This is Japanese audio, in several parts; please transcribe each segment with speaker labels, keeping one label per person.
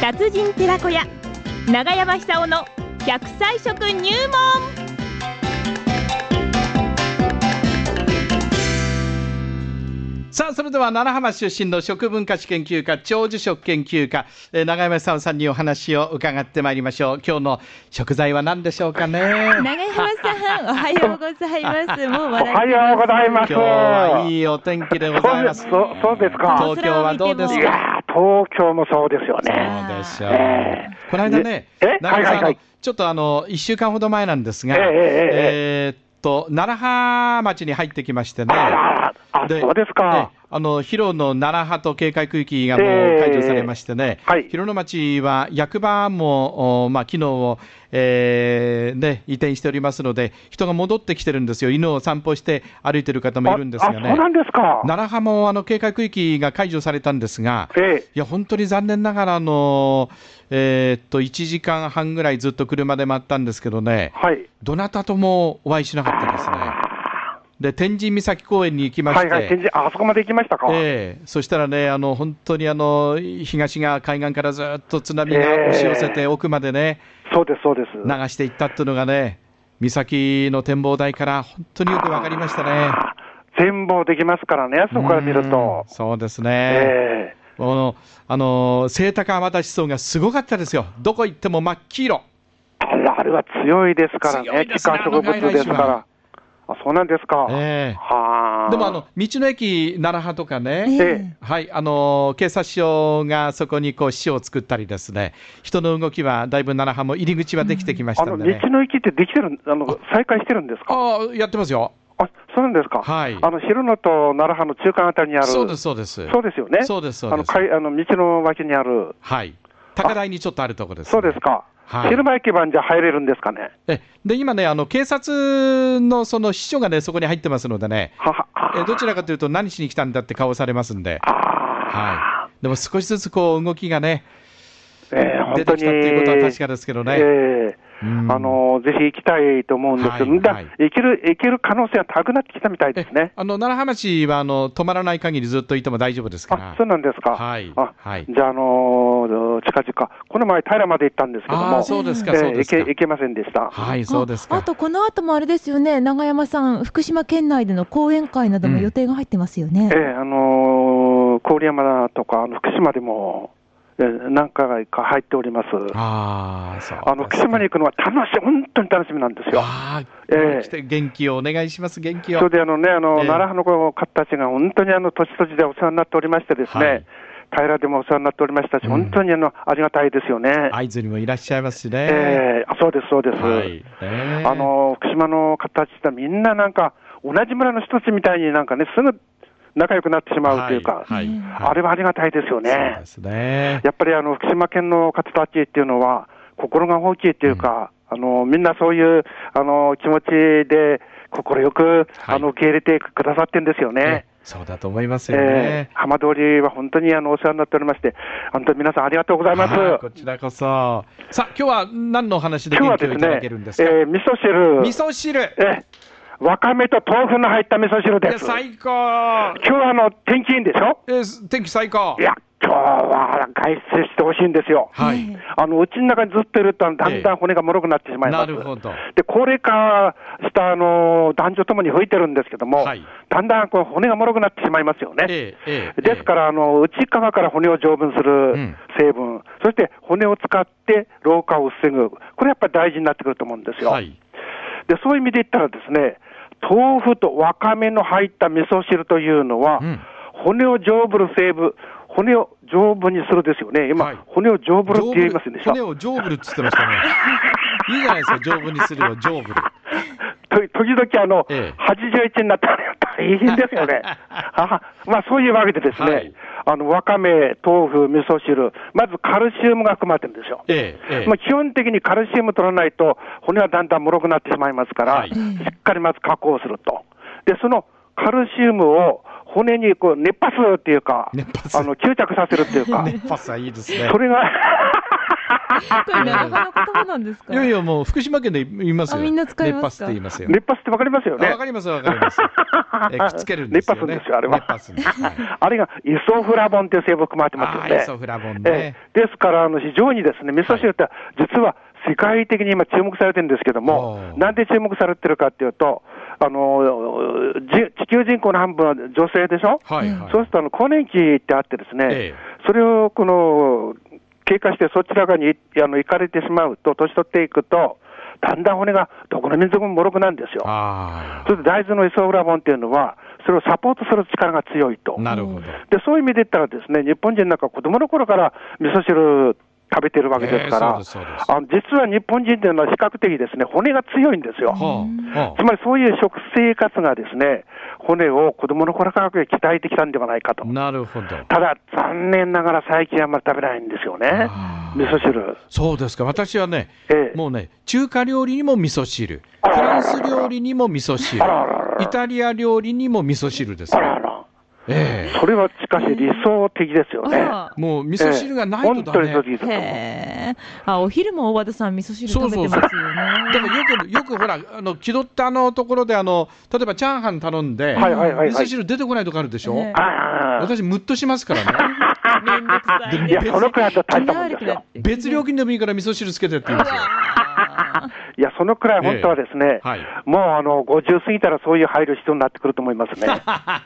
Speaker 1: 達人寺子屋長山久夫の百歳食入門
Speaker 2: さあ、それでは奈良浜市出身の食文化史研究家、長寿食研究家、えー永山さんさんにお話を伺ってまいりましょう。今日の食材は何でしょうかね。
Speaker 3: 長山さん、おはようございます。 もう
Speaker 4: お
Speaker 3: 笑
Speaker 4: はようございます。
Speaker 2: 今日はいいお天気でございます。
Speaker 4: そうでそうそうですか。
Speaker 2: 東京はどうです
Speaker 4: い
Speaker 2: か
Speaker 4: やー、東京もそうですよね。
Speaker 2: そうでしょう。
Speaker 4: え
Speaker 2: この間ね
Speaker 4: ええ、
Speaker 2: 中井さん、
Speaker 4: はいはいはい
Speaker 2: あのちょっとあの1週間ほど前なんですが、
Speaker 4: ええええ
Speaker 2: えー
Speaker 4: え
Speaker 2: っと奈良浜町に入ってきましてね。
Speaker 4: あらあらあ、そうですか
Speaker 2: え。えあの広野、奈良派と警戒区域がもう解除されましてね、
Speaker 4: ええはい
Speaker 2: 広野町は役場も、おまあ機能を、えーね、移転しておりますので、人が戻ってきてるんですよ、犬を散歩して歩いてる方もいるんですが
Speaker 4: ああ
Speaker 2: ね、
Speaker 4: そうなんですか。
Speaker 2: 奈良派もあの警戒区域が解除されたんですが、
Speaker 4: ええ
Speaker 2: いや本当に残念ながらあの、えーっと1時間半ぐらいずっと車で待ったんですけどね、
Speaker 4: はい。
Speaker 2: どなたともお会いしなかったですね。で天神岬公園に行きまし
Speaker 4: は
Speaker 2: て、
Speaker 4: いはい。展示、あそこまで行きましたか。
Speaker 2: ええそしたらね、あの本当にあの東側海岸からずっと津波が押し寄せて、
Speaker 4: ええ
Speaker 2: 奥までね、
Speaker 4: そうですそうです。
Speaker 2: 流していったっていうのがね、岬の展望台から本当によくわかりましたね。
Speaker 4: 全貌できますからね、そこから見ると
Speaker 2: うん。そうですね、
Speaker 4: ええ
Speaker 2: あのあの清高天達思想がすごかったですよ、どこ行っても真っ黄色、
Speaker 4: あら、あれは強いですから
Speaker 2: 強い
Speaker 4: ね、
Speaker 2: で
Speaker 4: 気
Speaker 2: すね
Speaker 4: 管植物で
Speaker 2: あの外来
Speaker 4: すか
Speaker 2: 種は
Speaker 4: ら。あ、そうなんですか。
Speaker 2: ええ
Speaker 4: はあ。
Speaker 2: でもあの道の駅奈良派とかね、
Speaker 3: い。
Speaker 4: え
Speaker 3: え
Speaker 4: え
Speaker 2: はい、あの警察署がそこにこう市を作ったりですね、人の動きはだいぶ奈良派も入り口はできてきまし
Speaker 4: あ
Speaker 2: た
Speaker 4: の
Speaker 2: ん
Speaker 4: 道
Speaker 2: でね。
Speaker 4: の駅ってできてるん、あの再開してるんですか。
Speaker 2: ああ、やってますよ。
Speaker 4: あ、そうなんですか。
Speaker 2: はい
Speaker 4: あの広野と奈良浜の中間あたりにある。
Speaker 2: そうです、そうです。
Speaker 4: そうですよね。
Speaker 2: そうですそうです
Speaker 4: あの、かい、あの道の脇にある。
Speaker 2: はい。高台にちょっとあるところです、
Speaker 4: そうです。か。
Speaker 2: はい
Speaker 4: 昼間行けばんじゃ入れるんですかね。
Speaker 2: え、で、今ね、あの、警察のその秘書がね、そこに入ってますのでね、
Speaker 4: はは。あ
Speaker 2: えどちらかというと何しに来たんだって顔されますんで、
Speaker 4: あ
Speaker 2: はい。でも少しずつこう動きがね、
Speaker 4: ー。えー本
Speaker 2: 出
Speaker 4: 当
Speaker 2: て
Speaker 4: に。
Speaker 2: きたっていうことは確かですけどね。
Speaker 4: ええ
Speaker 2: うん
Speaker 4: あのぜひ行きたいと思うんですけど、
Speaker 2: はい
Speaker 4: だ
Speaker 2: はい
Speaker 4: 行ける行ける可能性は高くなってきたみたいですね。
Speaker 2: あの、奈良浜市は、あの、止まらない限りずっといても大丈夫ですか
Speaker 4: あ
Speaker 2: ら。
Speaker 4: そうなんですか。
Speaker 2: はい
Speaker 4: あ
Speaker 2: はい
Speaker 4: じゃあ、あのー近々、この前、平まで行ったんですけど
Speaker 2: あ
Speaker 4: も、
Speaker 2: あ、そうですか、
Speaker 4: ええ
Speaker 2: そうですか
Speaker 4: 行け。行けませんでした。
Speaker 2: はい、
Speaker 3: え
Speaker 2: そうです
Speaker 3: あ
Speaker 2: か
Speaker 3: あ。と、この後もあれですよね、長山さん、福島県内での講演会なども予定が入ってますよね
Speaker 4: え。えあのー郡山とかあの福島でも、ええ何回か入っております。
Speaker 2: ああ、そうですか。
Speaker 4: あの福島に行くのは楽しい、本当に楽しみなんですよ。
Speaker 2: ああ、
Speaker 4: ええ
Speaker 2: 来て元気をお願いします、元気を。
Speaker 4: それであのね、あの
Speaker 2: ええ
Speaker 4: 奈良の方たちが本当にあの土地土地でお世話になっておりましてですね、
Speaker 2: はい
Speaker 4: 平でもお世話になっておりましたし、
Speaker 2: うん
Speaker 4: 本当にあのありがたいですよね。
Speaker 2: 会津にもいらっしゃいますし
Speaker 4: え
Speaker 2: ね。
Speaker 4: えあそうです、そうです。
Speaker 2: はい。ね
Speaker 4: あの福島の方たちってみんななんか、同じ村の人たちみたいになんかね、すぐ仲良くなってしまうという
Speaker 2: は
Speaker 4: か、
Speaker 2: いはい
Speaker 4: あれはありがたいですよね。
Speaker 2: そうですね。
Speaker 4: やっぱりあの福島県の方たちっていうのは、心が大きいっていうか、あのみんなそういうあの気持ちで、快く、
Speaker 2: はい
Speaker 4: あの受け入れてくださってんですよね。
Speaker 2: そうだと思います
Speaker 4: え
Speaker 2: よね
Speaker 4: え。浜通りは本当にあのお世話になっておりまして、本当に皆さんありがとうございます。
Speaker 2: はいこちらこそ。さあ、今日は何のお話で
Speaker 4: 今日は
Speaker 2: 元気
Speaker 4: で
Speaker 2: を
Speaker 4: す
Speaker 2: い
Speaker 4: ね
Speaker 2: ただけるんで、すか
Speaker 4: ええ味噌汁
Speaker 2: 味噌汁。
Speaker 4: ええわかめと豆腐の入った味噌汁
Speaker 2: い
Speaker 4: で
Speaker 2: や、
Speaker 4: す。
Speaker 2: 最高。
Speaker 4: 今日はあの天気いいんでしょ
Speaker 2: えー、天気最高
Speaker 4: い。や、今日は外出してほしいんですよ。
Speaker 2: はい。
Speaker 4: あの、うちの中にずっといると、だん
Speaker 2: ええ
Speaker 4: だん骨が脆くなってしまいます。
Speaker 2: なるほど
Speaker 4: で、高齢化した、あの、男女ともに吹いてるんですけども、
Speaker 2: はい
Speaker 4: だんだんこう骨が脆くなってしまいますよね。
Speaker 2: ええええ
Speaker 4: ですから、あの、内側から骨を丈夫にす
Speaker 2: うん
Speaker 4: る成分、そして骨を使って老化を防ぐ。これやっぱり大事になってくると思うんですよ。
Speaker 2: はい。
Speaker 4: で、そういう意味で言ったらですね、豆腐とわかめの入った味噌汁というのは、
Speaker 2: うん
Speaker 4: 骨を丈夫に成分、骨を丈夫にするですよね。今、
Speaker 2: はい
Speaker 4: 骨を丈夫って言いますんでしょ
Speaker 2: 骨。を丈夫って言ってましたね。いいじゃないですか、丈夫にするよ、丈夫。
Speaker 4: と時々あの、
Speaker 2: ええ
Speaker 4: 81になったら大変です よね。あまあそういうわけでですね、
Speaker 2: はい
Speaker 4: あの、わかめ、豆腐、味噌汁、まずカルシウムが含まれてるんですよ。
Speaker 2: ええええ
Speaker 4: まあ、基本的にカルシウム取らないと、骨はだんだん脆くなってしまいますから、
Speaker 2: はい
Speaker 4: しっかりまず加工すると。で、そのカルシウムを骨にこう熱波数っていうか、
Speaker 2: 熱波数
Speaker 4: あの、吸着させるっていうか、
Speaker 2: パスはいいですね。
Speaker 4: それが、
Speaker 3: これ長浜の言葉なんですか
Speaker 2: いやいや、もう福島県で言いますよ。
Speaker 3: あみんな使いますか
Speaker 2: 熱波スって言いますよ。
Speaker 4: 熱波スってわかりますよ
Speaker 2: あわ、
Speaker 4: ね
Speaker 2: か。りますわかります。えーくっつけるんですよね。
Speaker 4: 熱波するんですよあれは
Speaker 2: 熱波するんですはい
Speaker 4: あれがイソフラボンっていう成分含まれてますよ
Speaker 2: あー
Speaker 4: ね
Speaker 2: イ。ソフラボン
Speaker 4: え
Speaker 2: ね。
Speaker 4: えですから、あの非常にですね味噌汁って、実は世界的に今、注目されてるんですけども
Speaker 2: お、ー
Speaker 4: なんで注目されてるかっていうと、あのじ地球人口の半分は女性でしょ、
Speaker 2: はいはい。
Speaker 4: そうするとあの更年期ってあって、ですね、
Speaker 2: ええ
Speaker 4: それをこの経過して、そちら側にあの行かれてしまうと、年取っていくと、だんだん骨がどこの民族も脆くなんですよ。
Speaker 2: あ
Speaker 4: それで大豆のイソフラボンっていうのは、それをサポートする力が強いと。
Speaker 2: あ、なるほど。
Speaker 4: で、そういう意味で言ったらですね、日本人なんか子供の頃から味噌汁食べてるわけで
Speaker 2: え
Speaker 4: すか
Speaker 2: えそう
Speaker 4: ら、
Speaker 2: ですそうです
Speaker 4: あの実は日本人っていうのは比較的ですね、骨が強いんですよ。
Speaker 2: はあ、は
Speaker 4: つまりそういう食生活がですね、骨を子供の頃から鍛えてきたんではないかと
Speaker 2: あ、。なるほど。
Speaker 4: ただ、残念ながら最近あんまり食べないんですよね
Speaker 2: あ。ー
Speaker 4: 味噌汁。
Speaker 2: そうですか。私はね、
Speaker 4: ええ
Speaker 2: もうね、中華料理にも味噌汁、フランス料理にも味噌汁
Speaker 4: あ、らあらあら
Speaker 2: イタリア料理にも味噌汁です
Speaker 4: あ
Speaker 2: ね。
Speaker 4: らあら。
Speaker 2: ええ
Speaker 4: それはしかし理想的ですよ
Speaker 3: あ
Speaker 4: ね。
Speaker 3: ら。
Speaker 2: もう味噌汁がない
Speaker 4: ええ
Speaker 2: とダメ。
Speaker 4: 本当に理想的だと思う
Speaker 3: へえ。あ、お昼も大和田さん味噌汁食べてますよね。
Speaker 2: でもよく、よくほら、あの気取ったあのところであの、例えばチャーハン頼んで、
Speaker 4: はいはいはいはい
Speaker 2: 味噌汁出てこないとこあるでしょ、
Speaker 3: ええ
Speaker 4: ああ。
Speaker 2: 私、ムッとしますからね、
Speaker 3: めんどくさいね。
Speaker 4: いや、そのくらいだと大したもんです
Speaker 3: 気にな
Speaker 4: よ
Speaker 3: る。けど
Speaker 2: 別料金でもいいから味噌汁つけてって言うんですよ。
Speaker 4: いや、そのくらい本当はですね、
Speaker 2: ええはい
Speaker 4: もうあの50過ぎたらそういう配慮必要になってくると思いますね。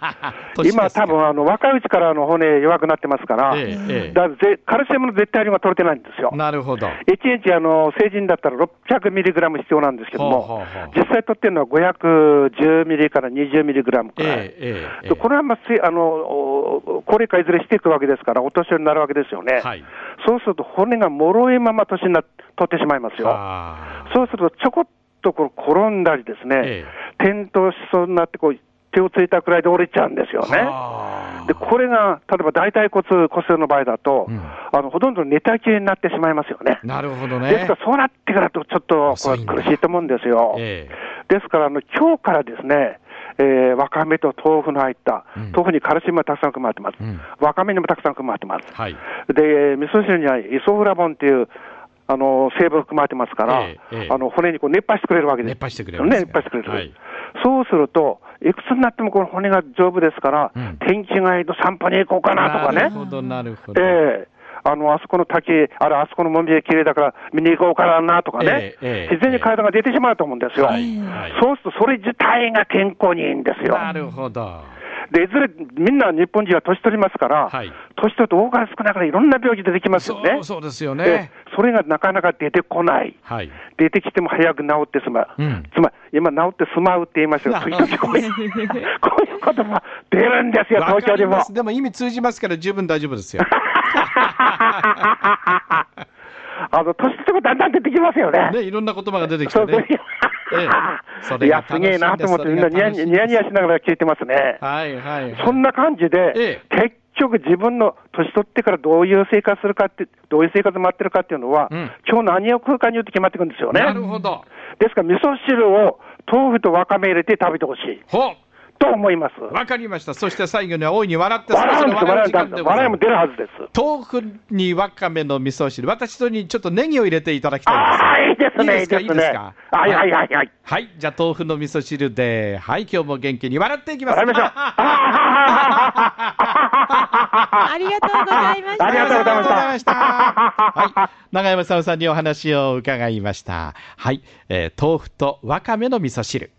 Speaker 2: 年ですか
Speaker 4: 今、多分あの若いうちからあの骨弱くなってますから、
Speaker 2: ええええ
Speaker 4: だからぜカルシウムの絶対量が取れてないんですよ。
Speaker 2: なるほど。
Speaker 4: 1日あの成人だったら600ミリグラム必要なんですけども、
Speaker 2: ほうほうほう
Speaker 4: 実際取ってるのは510ミリから20ミリグラムく
Speaker 2: ええ
Speaker 4: らい。
Speaker 2: ええええ
Speaker 4: でこれはまあせあのお高齢化いずれしていくわけですから、お年寄りになるわけですよね、
Speaker 2: はい
Speaker 4: そうすると骨が脆いまま年になっ取ってしまいますよ。
Speaker 2: あ
Speaker 4: そうすると、ちょこっとこう転んだりですね
Speaker 2: え、
Speaker 4: 転倒しそうになってこう、手をついたくらいで折れちゃうんですよ
Speaker 2: ー
Speaker 4: ね。
Speaker 2: あー
Speaker 4: で、これが、例えば大腿骨骨折の場合だと、
Speaker 2: うん
Speaker 4: あのほとんど寝たきりになってしまいますよね。
Speaker 2: なるほど
Speaker 4: です
Speaker 2: ね
Speaker 4: か。ら、そうなってからとちょっとこ
Speaker 2: 遅
Speaker 4: れ
Speaker 2: いんだ
Speaker 4: 苦しいと思うんですよ。
Speaker 2: え
Speaker 4: ですから、あの今日からですね、えーわかめと豆腐の入った、
Speaker 2: うん
Speaker 4: 豆腐にカルシウムがたくさん含まれてます、
Speaker 2: うん
Speaker 4: わかめにもたくさん含まれてます、
Speaker 2: はい。
Speaker 4: で、味噌汁にはイソフラボンっていう、あの、成分含まれてますから、
Speaker 2: ええええ
Speaker 4: あの、骨にこう熱波してくれるわけです。
Speaker 2: 熱波してくれますね
Speaker 4: ね熱波してくれる。
Speaker 2: はい
Speaker 4: そうすると、いくつになってもこの骨が丈夫ですから、
Speaker 2: うん
Speaker 4: 天気がいいと散歩に行こうかなとか
Speaker 2: なる
Speaker 4: ね。
Speaker 2: ほど、なるほど。
Speaker 4: ええあの、あそこの滝、あれ、あそこのもみじが綺麗だから見に行こうかなとかね、
Speaker 2: ええええ
Speaker 4: 自然に体が出てしまうと思うんですよ。
Speaker 2: はいはい
Speaker 4: そうすると、それ自体が健康にいいんですよ。
Speaker 2: なるほど。
Speaker 4: で、いずれみんな日本人は年取りますから、
Speaker 2: はい
Speaker 4: 年取ると多かれ少なかれいろんな病気出てきます
Speaker 2: そ
Speaker 4: よね。
Speaker 2: うそうですよ
Speaker 4: で
Speaker 2: ね。
Speaker 4: それがなかなか出てこない。
Speaker 2: はい。
Speaker 4: 出てきても早く治ってしまう。
Speaker 2: うん
Speaker 4: つまり、今治ってしまうって言いましたけど、時々こういう、 こういう言葉出るんですよ、
Speaker 2: わ
Speaker 4: 東
Speaker 2: か
Speaker 4: 京で
Speaker 2: り
Speaker 4: も
Speaker 2: ま。す。でも意味通じますから十分大丈夫です よ。
Speaker 4: あの、年取ってもだんだん出てきますよね。
Speaker 2: ね、いろんな言葉が出てき
Speaker 4: そ
Speaker 2: て
Speaker 4: うそう
Speaker 2: ね。ええそ
Speaker 4: い
Speaker 2: れが
Speaker 4: や、
Speaker 2: 楽し
Speaker 4: す
Speaker 2: いんです
Speaker 4: げえなと思って、みんなニヤニ
Speaker 2: それが楽しいんです
Speaker 4: ヤニヤニヤしながら聞いてますね。
Speaker 2: はいはいはい。
Speaker 4: そんな感じ
Speaker 2: え
Speaker 4: で
Speaker 2: え、
Speaker 4: 結局自分の年取ってからどういう生活するかって、どういう生活待ってるかっていうのは、
Speaker 2: うん
Speaker 4: 今日何を食うかによって決まってくるんですよね。
Speaker 2: なるほど。
Speaker 4: ですから、味噌汁を豆腐とわかめ入れて食べてほしい
Speaker 2: ほ
Speaker 4: と思います。
Speaker 2: う。わかりました。そして最後には大いに笑って、そろ
Speaker 4: 笑
Speaker 2: そ
Speaker 4: うん
Speaker 2: ろ
Speaker 4: です、笑
Speaker 2: 笑うん
Speaker 4: う
Speaker 2: 時間
Speaker 4: です
Speaker 2: で。ござ
Speaker 4: 笑
Speaker 2: い
Speaker 4: い
Speaker 2: ま
Speaker 4: も
Speaker 2: す
Speaker 4: 出るはずです。
Speaker 2: 豆腐にわかめの味噌汁。私とにちょっとネギを入れていただきたいんです。
Speaker 4: ああ、いいですね、
Speaker 2: い
Speaker 4: い
Speaker 2: いで
Speaker 4: い
Speaker 2: すか
Speaker 4: で
Speaker 2: いい
Speaker 4: す
Speaker 2: です
Speaker 4: ね
Speaker 2: か。
Speaker 4: はいはいはいはい。
Speaker 2: はい。じゃあ豆腐の味噌汁で、はい。今日も元気に笑っていきます。
Speaker 4: 笑いましょう。
Speaker 3: ありがとうございました。
Speaker 4: ありがとうございました
Speaker 2: した。はい、長山さんさんにお話を伺いました。はい、えー豆腐とわかめの味噌汁。